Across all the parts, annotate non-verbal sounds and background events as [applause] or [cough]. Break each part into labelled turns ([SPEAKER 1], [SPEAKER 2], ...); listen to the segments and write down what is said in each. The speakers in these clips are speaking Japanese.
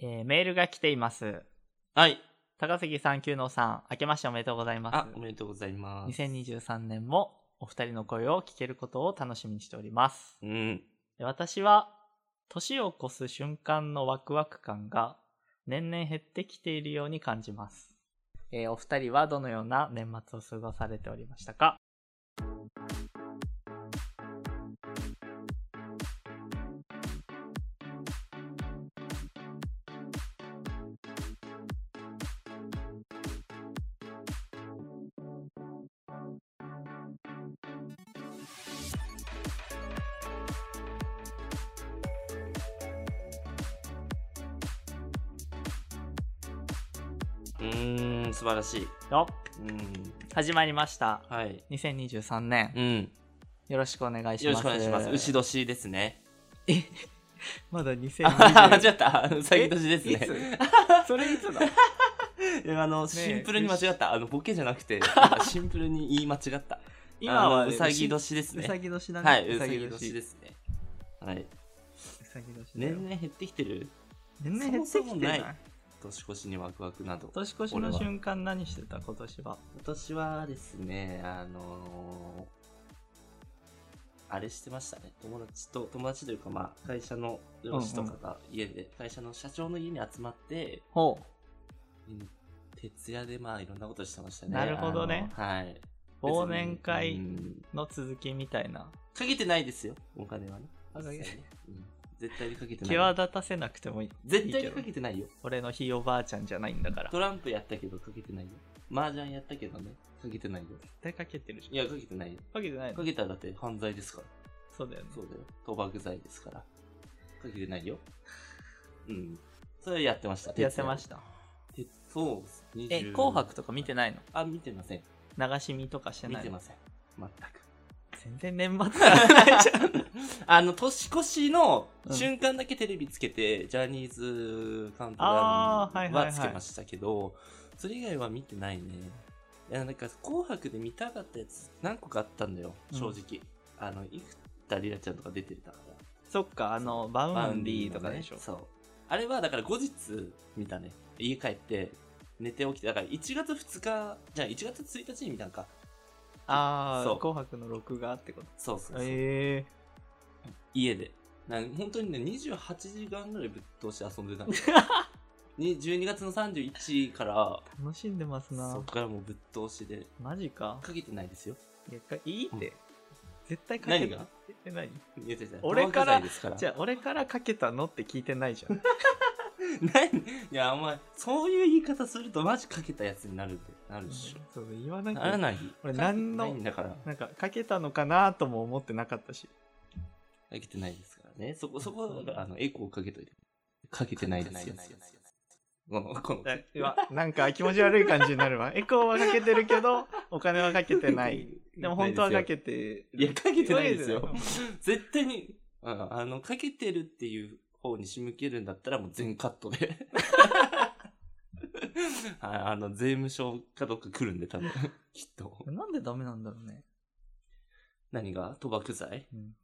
[SPEAKER 1] えーメールが来ています。
[SPEAKER 2] はい。
[SPEAKER 1] 高杉さん、久野さん、明けましておめでとうございます
[SPEAKER 2] あ、。おめでとうございます。
[SPEAKER 1] 2023年もお二人の声を聞けることを楽しみにしております。
[SPEAKER 2] うん。
[SPEAKER 1] で私は、年を越す瞬間のワクワク感が年々減ってきているように感じます。えーお二人はどのような年末を過ごされておりましたか
[SPEAKER 2] うーん、素晴らしい。
[SPEAKER 1] よっ
[SPEAKER 2] うん。
[SPEAKER 1] 始まりました。
[SPEAKER 2] はい。
[SPEAKER 1] 2023年、
[SPEAKER 2] うん。
[SPEAKER 1] よろしくお願いし
[SPEAKER 2] よろ
[SPEAKER 1] ます。
[SPEAKER 2] しくお願いします。牛年ですね。
[SPEAKER 1] まだ2023
[SPEAKER 2] あ、 [laughs] 間違った。うさぎ年です
[SPEAKER 1] い
[SPEAKER 2] ね。 [laughs]
[SPEAKER 1] つそれいつだ
[SPEAKER 2] いやあの、
[SPEAKER 1] え
[SPEAKER 2] シンプルに間違った。あの、ボケじゃな
[SPEAKER 1] [laughs]
[SPEAKER 2] くて、なんかシンプルに言い間違った。
[SPEAKER 1] 今は
[SPEAKER 2] あのうさ
[SPEAKER 1] 年
[SPEAKER 2] ぎ年です
[SPEAKER 1] うさ
[SPEAKER 2] ね。
[SPEAKER 1] ぎ年だね。
[SPEAKER 2] はい、うさぎ
[SPEAKER 1] うさぎ
[SPEAKER 2] 年
[SPEAKER 1] 年
[SPEAKER 2] ですね。はい。
[SPEAKER 1] うさぎ年だよ
[SPEAKER 2] 年々減ってきてる
[SPEAKER 1] 年々減ってき
[SPEAKER 2] そもそも
[SPEAKER 1] てな
[SPEAKER 2] ないい年越しにワクワクなど。
[SPEAKER 1] 年越し
[SPEAKER 2] 俺
[SPEAKER 1] の
[SPEAKER 2] は
[SPEAKER 1] 瞬間何してた今年は。
[SPEAKER 2] 今年はですね、あのーあれしてましたね。友達と、友達というか、まあ、会社の上司とかが家で、会社の社長の家に集まって、
[SPEAKER 1] ほ
[SPEAKER 2] うん徹夜でまあ、いろんなことしてましたね。
[SPEAKER 1] なるほどね
[SPEAKER 2] あのはい。
[SPEAKER 1] う。忘年会
[SPEAKER 2] 別にうん
[SPEAKER 1] の続きみたいな。
[SPEAKER 2] かけてないですよ、お金はね。
[SPEAKER 1] かけ
[SPEAKER 2] 実際ねうん絶対にかけてな
[SPEAKER 1] 際
[SPEAKER 2] い。
[SPEAKER 1] 立たせなくてもいい。
[SPEAKER 2] 絶対
[SPEAKER 1] いい
[SPEAKER 2] に
[SPEAKER 1] け
[SPEAKER 2] か
[SPEAKER 1] ど
[SPEAKER 2] けてないよ。
[SPEAKER 1] 俺のひいおばあちゃんじゃないんだから。
[SPEAKER 2] ト
[SPEAKER 1] 絶
[SPEAKER 2] ランプやったけどかけてないよ。麻雀やったけどね、かけてないよ。
[SPEAKER 1] 対かけてるし。
[SPEAKER 2] いや、かけてないよ。
[SPEAKER 1] かけてない
[SPEAKER 2] か
[SPEAKER 1] の
[SPEAKER 2] けたらだって犯罪ですから。
[SPEAKER 1] そうだよね。
[SPEAKER 2] そうだよ。賭博罪ですから。かけてないよ。うん。それやってました。。
[SPEAKER 1] やってましたた。
[SPEAKER 2] てそうっす。
[SPEAKER 1] え、
[SPEAKER 2] 20
[SPEAKER 1] 紅白とか見てないの
[SPEAKER 2] あ、見てません。
[SPEAKER 1] 流し見とかして
[SPEAKER 2] 見
[SPEAKER 1] ない
[SPEAKER 2] て
[SPEAKER 1] の
[SPEAKER 2] ません。全く。 [laughs]
[SPEAKER 1] 全然年末感ないじゃん。
[SPEAKER 2] あの、年越しの
[SPEAKER 1] うん
[SPEAKER 2] 瞬間だけテレビつけて、ジャニーズカウント
[SPEAKER 1] あ
[SPEAKER 2] ダ
[SPEAKER 1] ーは
[SPEAKER 2] ウ
[SPEAKER 1] い
[SPEAKER 2] ン
[SPEAKER 1] はいは
[SPEAKER 2] はいつけましたけど、それ以外は見てないね。いや、なんか、紅白で見たかったやつ何個かあったんだよ、
[SPEAKER 1] うん
[SPEAKER 2] 正直。あの、生田リラちゃんとか出てたから。
[SPEAKER 1] そっか、あの、バウンディとかでしょ
[SPEAKER 2] バウンディのね。そうあれはだから後日見たね家帰って寝て起きてだから1月2日じゃあ1月1日に見たんか
[SPEAKER 1] あ
[SPEAKER 2] そ
[SPEAKER 1] あ、
[SPEAKER 2] う
[SPEAKER 1] 紅白の録画ってこと。
[SPEAKER 2] そうそうそう、
[SPEAKER 1] え
[SPEAKER 2] 家でなん本当にね28時間ぐらいぶっ通して遊んでた
[SPEAKER 1] [laughs]
[SPEAKER 2] のに12月の31から
[SPEAKER 1] え楽しんでます
[SPEAKER 2] そ
[SPEAKER 1] な
[SPEAKER 2] っ。からもうぶっ通しで
[SPEAKER 1] マジか。
[SPEAKER 2] かけてないですよ
[SPEAKER 1] いやかいいって。絶対かけ
[SPEAKER 2] 何が
[SPEAKER 1] え何
[SPEAKER 2] いや違う違う
[SPEAKER 1] 俺から
[SPEAKER 2] 賭博罪ですから
[SPEAKER 1] じゃあ、俺からかけたのって聞いてないじゃ
[SPEAKER 2] [laughs]
[SPEAKER 1] ん。
[SPEAKER 2] 何いやお前そういう言い方するとマジかけたやつになるってなるでしょ、
[SPEAKER 1] そう言わなき
[SPEAKER 2] なら
[SPEAKER 1] ゃ。
[SPEAKER 2] ない
[SPEAKER 1] 俺何の
[SPEAKER 2] かけてないんだから
[SPEAKER 1] なんか、かけたのかなとも思ってなかった
[SPEAKER 2] [laughs]
[SPEAKER 1] し。
[SPEAKER 2] かけてないですからね。そこ、そこは、あの、エコーかけといて。かけてないですよ。この、この、
[SPEAKER 1] だうわなんか気持ち悪い感じにな
[SPEAKER 2] [laughs]
[SPEAKER 1] るわ。エコーはかけてるけど、お金はかけてない。。でも本当はかけて
[SPEAKER 2] いや、かけてないです
[SPEAKER 1] か
[SPEAKER 2] よ
[SPEAKER 1] けてない。
[SPEAKER 2] 絶対に、うんあの、かけてるっていう方に仕向けるんだったら、もう全カットで。
[SPEAKER 1] [laughs]
[SPEAKER 2] はい、あの、税務署かどっか来るんで、多分。 [laughs] きっと。
[SPEAKER 1] なんでダメなんだろうね。
[SPEAKER 2] 何が賭博罪
[SPEAKER 1] うん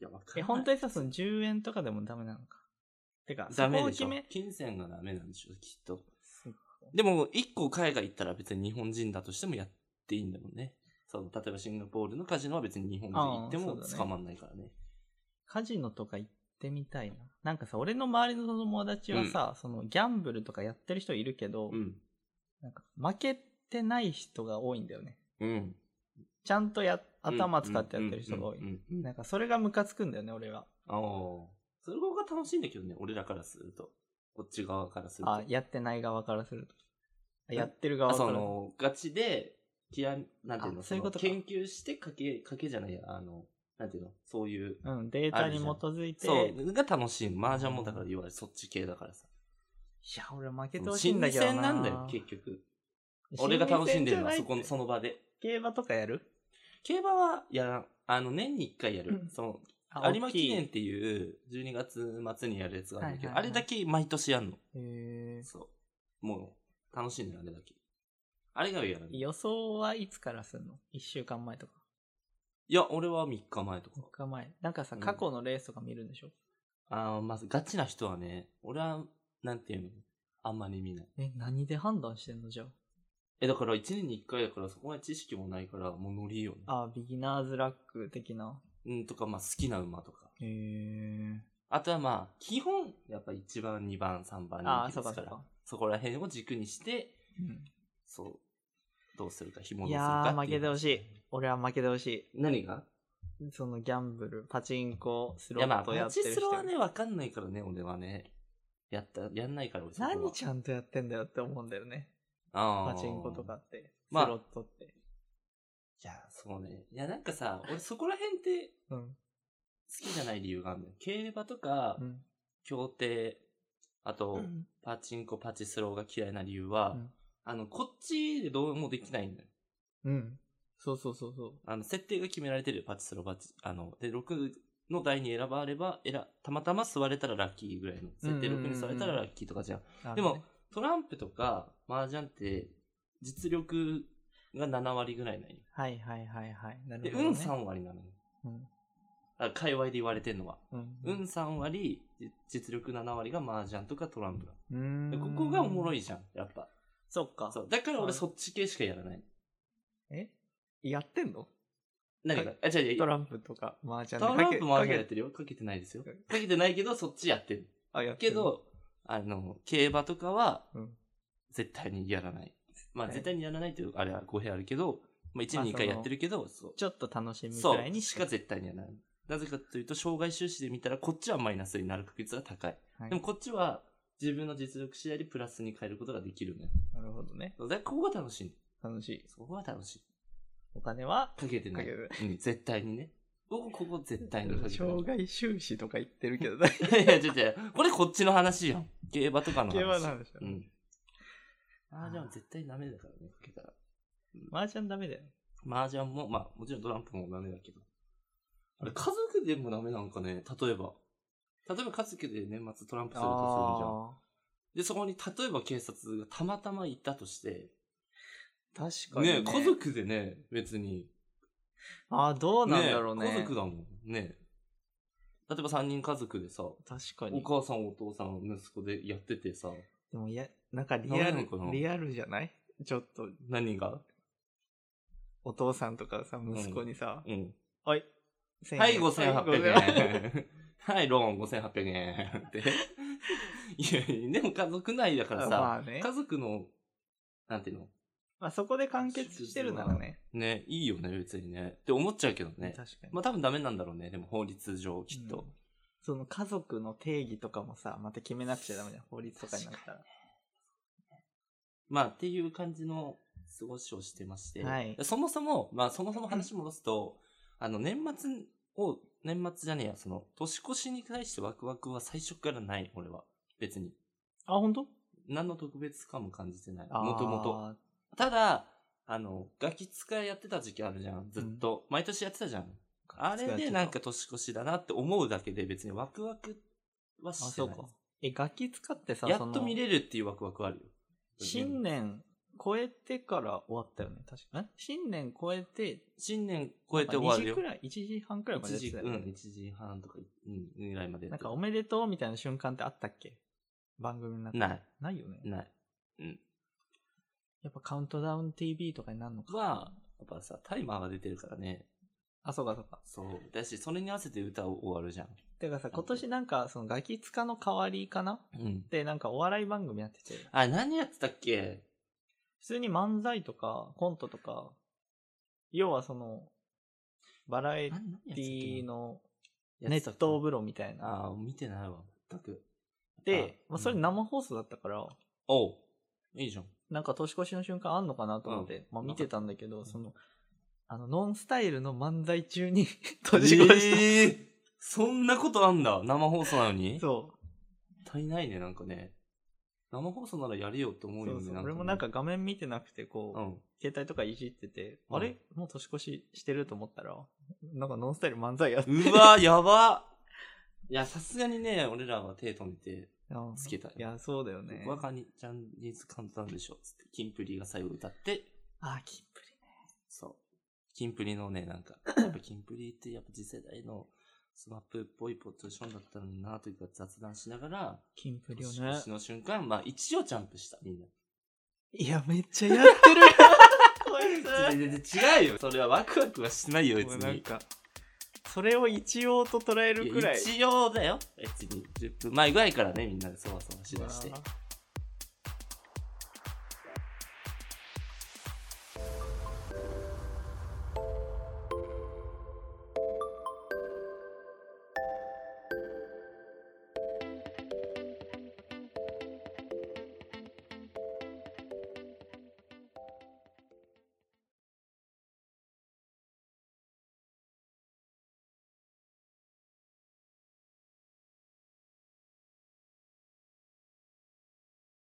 [SPEAKER 2] いや、わかん
[SPEAKER 1] え、
[SPEAKER 2] ない。
[SPEAKER 1] 本当にさ、その10円とかでもダメなのか。てか、
[SPEAKER 2] ダメ
[SPEAKER 1] そこを
[SPEAKER 2] でし
[SPEAKER 1] 決
[SPEAKER 2] ょ
[SPEAKER 1] め。
[SPEAKER 2] 金銭がダメなんでしょきっと。でも、一個海外行ったら別に日本人だとしてもやっていいんだもんね。その例えばシンガポールのカジノは別に日本人行って
[SPEAKER 1] あ
[SPEAKER 2] も
[SPEAKER 1] あそうだね
[SPEAKER 2] 捕まんないからね。
[SPEAKER 1] カジノとか行ってみたいな。なんかさ、俺の周りの友達はさ、そのギャンブルとかやってる人いるけど、
[SPEAKER 2] うん。
[SPEAKER 1] なんか負けてない人が多いんだよね。
[SPEAKER 2] うん。
[SPEAKER 1] ちゃんとや、頭使ってやってる人が多い。
[SPEAKER 2] うんうんうん
[SPEAKER 1] なんかそれがムカつくんだよね、俺は。
[SPEAKER 2] ああ。それが楽しいんだけどね、俺らからすると。こっち側からすると。
[SPEAKER 1] あ、やってない側からすると。あ
[SPEAKER 2] ん
[SPEAKER 1] やってる
[SPEAKER 2] あ
[SPEAKER 1] 側か
[SPEAKER 2] そ
[SPEAKER 1] ら。
[SPEAKER 2] の、ガチで、きや、なんていうの、
[SPEAKER 1] あそういうことか
[SPEAKER 2] その研究してかけ、かけじゃないや、あの、なんていうの、そういう。
[SPEAKER 1] うん、データに基づいて。
[SPEAKER 2] そう、が楽しい。麻雀もだから、いわゆるそっち系だからさ。
[SPEAKER 1] いや、俺負けてほしいんだけどな。
[SPEAKER 2] 心理戦なんだよ、結局。俺が楽しんでるのはそこの、そ
[SPEAKER 1] の。
[SPEAKER 2] の場で。
[SPEAKER 1] 競馬とかやる
[SPEAKER 2] 競馬はやらん。あの、年に一回やる。
[SPEAKER 1] うん
[SPEAKER 2] その、
[SPEAKER 1] あ
[SPEAKER 2] 有馬記念っ
[SPEAKER 1] へ
[SPEAKER 2] ていう、12月末にやるやつがあるんだけ
[SPEAKER 1] はいはいはい
[SPEAKER 2] ど、あれだけ毎年やんの。
[SPEAKER 1] え
[SPEAKER 2] そう。もう、楽しいね、あれだけ。あれがやらない。い
[SPEAKER 1] 予想はいつからするの ?1 週間前とか。
[SPEAKER 2] や、俺は3日前とか
[SPEAKER 1] 3。日前。なんかさ、
[SPEAKER 2] うん
[SPEAKER 1] 過去のレースとか見るんでしょ、
[SPEAKER 2] あーまず、ガチな人はね、俺はなんていうのあんまり見ない。
[SPEAKER 1] え、何で判断してんのじゃ
[SPEAKER 2] え、だから1年に1回だからそこまで知識もないから、もうノリいいよね。
[SPEAKER 1] あ。あ、ビギナーズラック的な。
[SPEAKER 2] うん、とか、まあ好きな馬とか。
[SPEAKER 1] へえ。
[SPEAKER 2] あとはまあ、基本、やっぱ1番、2番、3番
[SPEAKER 1] あ
[SPEAKER 2] 人
[SPEAKER 1] あ、
[SPEAKER 2] 気で
[SPEAKER 1] そうかそ
[SPEAKER 2] すか
[SPEAKER 1] う
[SPEAKER 2] ら
[SPEAKER 1] か。。
[SPEAKER 2] そこら辺を軸にして、
[SPEAKER 1] うん
[SPEAKER 2] そう、どうするか、紐を
[SPEAKER 1] い
[SPEAKER 2] するかっ
[SPEAKER 1] や
[SPEAKER 2] て
[SPEAKER 1] ー、負けてほしい。俺は負けてほし
[SPEAKER 2] 何が
[SPEAKER 1] い。そのギャンブル、パチンコ、ス
[SPEAKER 2] い
[SPEAKER 1] ロ
[SPEAKER 2] やまあ、
[SPEAKER 1] ットや
[SPEAKER 2] パ
[SPEAKER 1] って
[SPEAKER 2] チ
[SPEAKER 1] る
[SPEAKER 2] ス
[SPEAKER 1] 人
[SPEAKER 2] ロ。はね、わかんないからね、俺はね。やった、やんないから俺そこは
[SPEAKER 1] 何ちゃんとやってんだよって思うんだよね。
[SPEAKER 2] あー
[SPEAKER 1] パチンコとかって、ス
[SPEAKER 2] まあ
[SPEAKER 1] ロットって。
[SPEAKER 2] いや、そうね。いや、なんかさ、俺そこら辺って
[SPEAKER 1] うん。
[SPEAKER 2] 好きじゃない理由があるんだよ。競馬とか
[SPEAKER 1] う、ん。
[SPEAKER 2] 競艇、あと、
[SPEAKER 1] うん
[SPEAKER 2] パチンコ、パチスローが嫌いな理由は、
[SPEAKER 1] うん
[SPEAKER 2] あの、こっちでどうもできないんだよ。
[SPEAKER 1] うん。そうそうそうそう。
[SPEAKER 2] あの、設定が決められてるよパチスロー、パチ、あの、で、6の台に選ばれば、選、たまたま座れたらラッキーぐらいの。設定
[SPEAKER 1] うんうんうんうん
[SPEAKER 2] 6に座れたらラッキーとかじゃん。
[SPEAKER 1] な
[SPEAKER 2] で
[SPEAKER 1] るほど
[SPEAKER 2] も
[SPEAKER 1] ね、、
[SPEAKER 2] トランプとか、麻雀って、実力が7割ぐらいない。
[SPEAKER 1] はいはいはいはい。な
[SPEAKER 2] で、
[SPEAKER 1] るほど、ね。
[SPEAKER 2] 運3割なのよ。
[SPEAKER 1] うん。
[SPEAKER 2] あ、界隈で言われてんのは。
[SPEAKER 1] うん。
[SPEAKER 2] 運3割、じ実力7割が麻雀とかトランプだ。
[SPEAKER 1] うん。
[SPEAKER 2] でここがおもろ
[SPEAKER 1] い。
[SPEAKER 2] いじゃん、やっぱ。
[SPEAKER 1] そっか。
[SPEAKER 2] そう。だから俺
[SPEAKER 1] そ
[SPEAKER 2] そっち系しかやらない。
[SPEAKER 1] えやってんの
[SPEAKER 2] 何があ、違う違う。
[SPEAKER 1] ト
[SPEAKER 2] トラ
[SPEAKER 1] ランプとか、麻雀
[SPEAKER 2] ンプ麻雀やっ
[SPEAKER 1] け
[SPEAKER 2] てるよ。かけてないですよ
[SPEAKER 1] か。
[SPEAKER 2] かけてないけど、そっちやってる。
[SPEAKER 1] あ、やって
[SPEAKER 2] け
[SPEAKER 1] んの、
[SPEAKER 2] ど、あの、競馬とかは
[SPEAKER 1] うん、
[SPEAKER 2] 絶対にやらない。まあ、
[SPEAKER 1] はい
[SPEAKER 2] 絶対にやらないっていう、あれは語弊あるけど、まあ、1年に1回やってるけど、そう。
[SPEAKER 1] ちょっと楽しみ
[SPEAKER 2] そ
[SPEAKER 1] くら
[SPEAKER 2] う
[SPEAKER 1] いに。
[SPEAKER 2] しか絶対にはならない。なぜかというと、障害収支で見たら、こっちはマイナスになる確率が高い。
[SPEAKER 1] はい
[SPEAKER 2] でもこっちは、自分の実力次第でプラスに変えることができるのよ。
[SPEAKER 1] なるほどね。
[SPEAKER 2] だからここが楽しい。
[SPEAKER 1] 楽しい。
[SPEAKER 2] そこが楽しい。
[SPEAKER 1] お金は、
[SPEAKER 2] かけてない。
[SPEAKER 1] かけて
[SPEAKER 2] うん、絶対にね。ここ、ここ絶対にかけてない。
[SPEAKER 1] 障害収支とか言ってるけど、大
[SPEAKER 2] いやいや、ちょっと違う、これこっちの話やん。競馬とかの話。
[SPEAKER 1] 競馬の [laughs] 話だ
[SPEAKER 2] うん。麻雀は絶対ダメだからね、かけたら。
[SPEAKER 1] 麻雀ダメだよ。
[SPEAKER 2] 麻雀も、まあ、もちろんトランプもダメだけど。あれ、家族でもダメなんかね、例えば。例えば家族で年末トランプするとするじゃん。で、そこに、例えば警察がたまたま行ったとして、
[SPEAKER 1] あー確かに
[SPEAKER 2] ね
[SPEAKER 1] ね。
[SPEAKER 2] 家族でね、別に。
[SPEAKER 1] ああ、どうなんだろうね。
[SPEAKER 2] 家族だもん。ね例えば3人家族でさ、
[SPEAKER 1] 確か
[SPEAKER 2] お
[SPEAKER 1] に。
[SPEAKER 2] 母さんお父さん息子でやっててさ、
[SPEAKER 1] でも、いや、なんかリ
[SPEAKER 2] ダ
[SPEAKER 1] ア
[SPEAKER 2] メなの
[SPEAKER 1] ル
[SPEAKER 2] かな、
[SPEAKER 1] リアルじゃないちょっと、
[SPEAKER 2] 何が
[SPEAKER 1] お父さんとかさ、息子にさ、
[SPEAKER 2] うん。
[SPEAKER 1] はい、1000円
[SPEAKER 2] はい、5800。
[SPEAKER 1] はい
[SPEAKER 2] 円。はい、ローン5800円。って。いや、でも家族内だからさ、
[SPEAKER 1] まあね
[SPEAKER 2] 家族の、なんていうの
[SPEAKER 1] まあ、そこで完結してるならね。
[SPEAKER 2] ね、いいよね、別にね。って思っちゃうけどね。
[SPEAKER 1] 確かに。
[SPEAKER 2] まあ多分ダメなんだろうね、でも法律上、きっ
[SPEAKER 1] う
[SPEAKER 2] と
[SPEAKER 1] ん。その家族の定義とかもさ、また決めなくちゃダメじゃん。法律とかになったら。
[SPEAKER 2] まあっていう感じの過ごしをしてまして。
[SPEAKER 1] はい
[SPEAKER 2] そもそも、まあそもそも話戻すと、あの、年末を、年末じゃねえや、その、年越しに対してワクワクは最初からない、俺は。別に。
[SPEAKER 1] あ、本当？
[SPEAKER 2] 何の特別感も感じてない。
[SPEAKER 1] あー
[SPEAKER 2] もともと。。ただ、あの、ガキ使いやってた時期あるじゃん。ずっと。毎年やってたじゃん。あれでなんか年越しだなって思うだけで別にワクワクはしてない
[SPEAKER 1] あそうか。え、楽器使ってさ、
[SPEAKER 2] や
[SPEAKER 1] そ
[SPEAKER 2] っ
[SPEAKER 1] の
[SPEAKER 2] と見れるっていうワクワクはあるよ。
[SPEAKER 1] 新年超えてから終わったよね、確か。え新年超えて、
[SPEAKER 2] 新年超えて終わるよ
[SPEAKER 1] 2時く。らい、1時半くらいまで
[SPEAKER 2] 1
[SPEAKER 1] やって
[SPEAKER 2] 時、
[SPEAKER 1] た
[SPEAKER 2] う
[SPEAKER 1] よね
[SPEAKER 2] ん、1時半とか、うん、ぐらいまでや
[SPEAKER 1] なん
[SPEAKER 2] って
[SPEAKER 1] かおめでとうみたいな瞬間ってあったっけ番組の中で
[SPEAKER 2] ない。
[SPEAKER 1] ないよね。
[SPEAKER 2] ない。
[SPEAKER 1] やっぱカウントダウン TV とかになるのか。
[SPEAKER 2] は、やっぱさ、タイマーが出てるからね。
[SPEAKER 1] あ、そうかそうか。
[SPEAKER 2] そう。だし、それに合わせて歌を終わるじゃん。
[SPEAKER 1] てかさ、今年なんか、そのガキ使の代わりかな
[SPEAKER 2] うん。
[SPEAKER 1] で、なんかお笑い番組やってて、
[SPEAKER 2] あ、何やってたっけ
[SPEAKER 1] 普通に漫才とかコントとか、要はその、バラエ
[SPEAKER 2] 何
[SPEAKER 1] テ
[SPEAKER 2] 何やってたっ
[SPEAKER 1] ィ
[SPEAKER 2] け
[SPEAKER 1] の
[SPEAKER 2] な
[SPEAKER 1] 熱湯風呂みたいな。
[SPEAKER 2] ああ、見てないわ、全く。
[SPEAKER 1] で、
[SPEAKER 2] あ
[SPEAKER 1] まあ、それ
[SPEAKER 2] うん
[SPEAKER 1] 生放送だったから、
[SPEAKER 2] おういいじゃん。
[SPEAKER 1] なんか年越しの瞬間あんのかなと思って、まあ見てたんだけど、
[SPEAKER 2] った
[SPEAKER 1] その、あの、ノンスタイルの漫才中に年越し
[SPEAKER 2] えーそんなことあんだ。生放送なのに
[SPEAKER 1] た。 [laughs] そう。
[SPEAKER 2] 足りないね、なんかね。生放送ならやれよって思う
[SPEAKER 1] そ
[SPEAKER 2] よ
[SPEAKER 1] う
[SPEAKER 2] ね。
[SPEAKER 1] そう
[SPEAKER 2] ね
[SPEAKER 1] 俺もなんか、画面見てなくて、こう、
[SPEAKER 2] うん。
[SPEAKER 1] 携帯とかいじってて、
[SPEAKER 2] うん
[SPEAKER 1] あれもう年越ししてると思ったら、なんかノンスタイル漫才やって、
[SPEAKER 2] うわ、やばいや、さすがにね、俺らは手止めて、
[SPEAKER 1] うん
[SPEAKER 2] つけたよ
[SPEAKER 1] いや、そうだよね
[SPEAKER 2] ここ。はカニジャニーズ簡単でしょ、つって、キンプリが最後歌って、
[SPEAKER 1] あ、キンプリね。
[SPEAKER 2] そう。キンプリのね、なんか、やっぱキンプリってやっぱ次世代のスマップっぽいポジションだったのになというか雑談しながら、
[SPEAKER 1] キンプリを
[SPEAKER 2] 年
[SPEAKER 1] ね
[SPEAKER 2] 越し。の瞬間、まあ一応ジャンプした、みんな。
[SPEAKER 1] いや、めっちゃやってるこい
[SPEAKER 2] 全然違うよ。それはワクワクはしないよ、別
[SPEAKER 1] つなん
[SPEAKER 2] に。
[SPEAKER 1] か、それを一応と捉えるく
[SPEAKER 2] い
[SPEAKER 1] ら
[SPEAKER 2] や
[SPEAKER 1] い。
[SPEAKER 2] 一応だよ、別に。10分前ぐらいからね、みんなでそわそわしだして
[SPEAKER 1] うわ。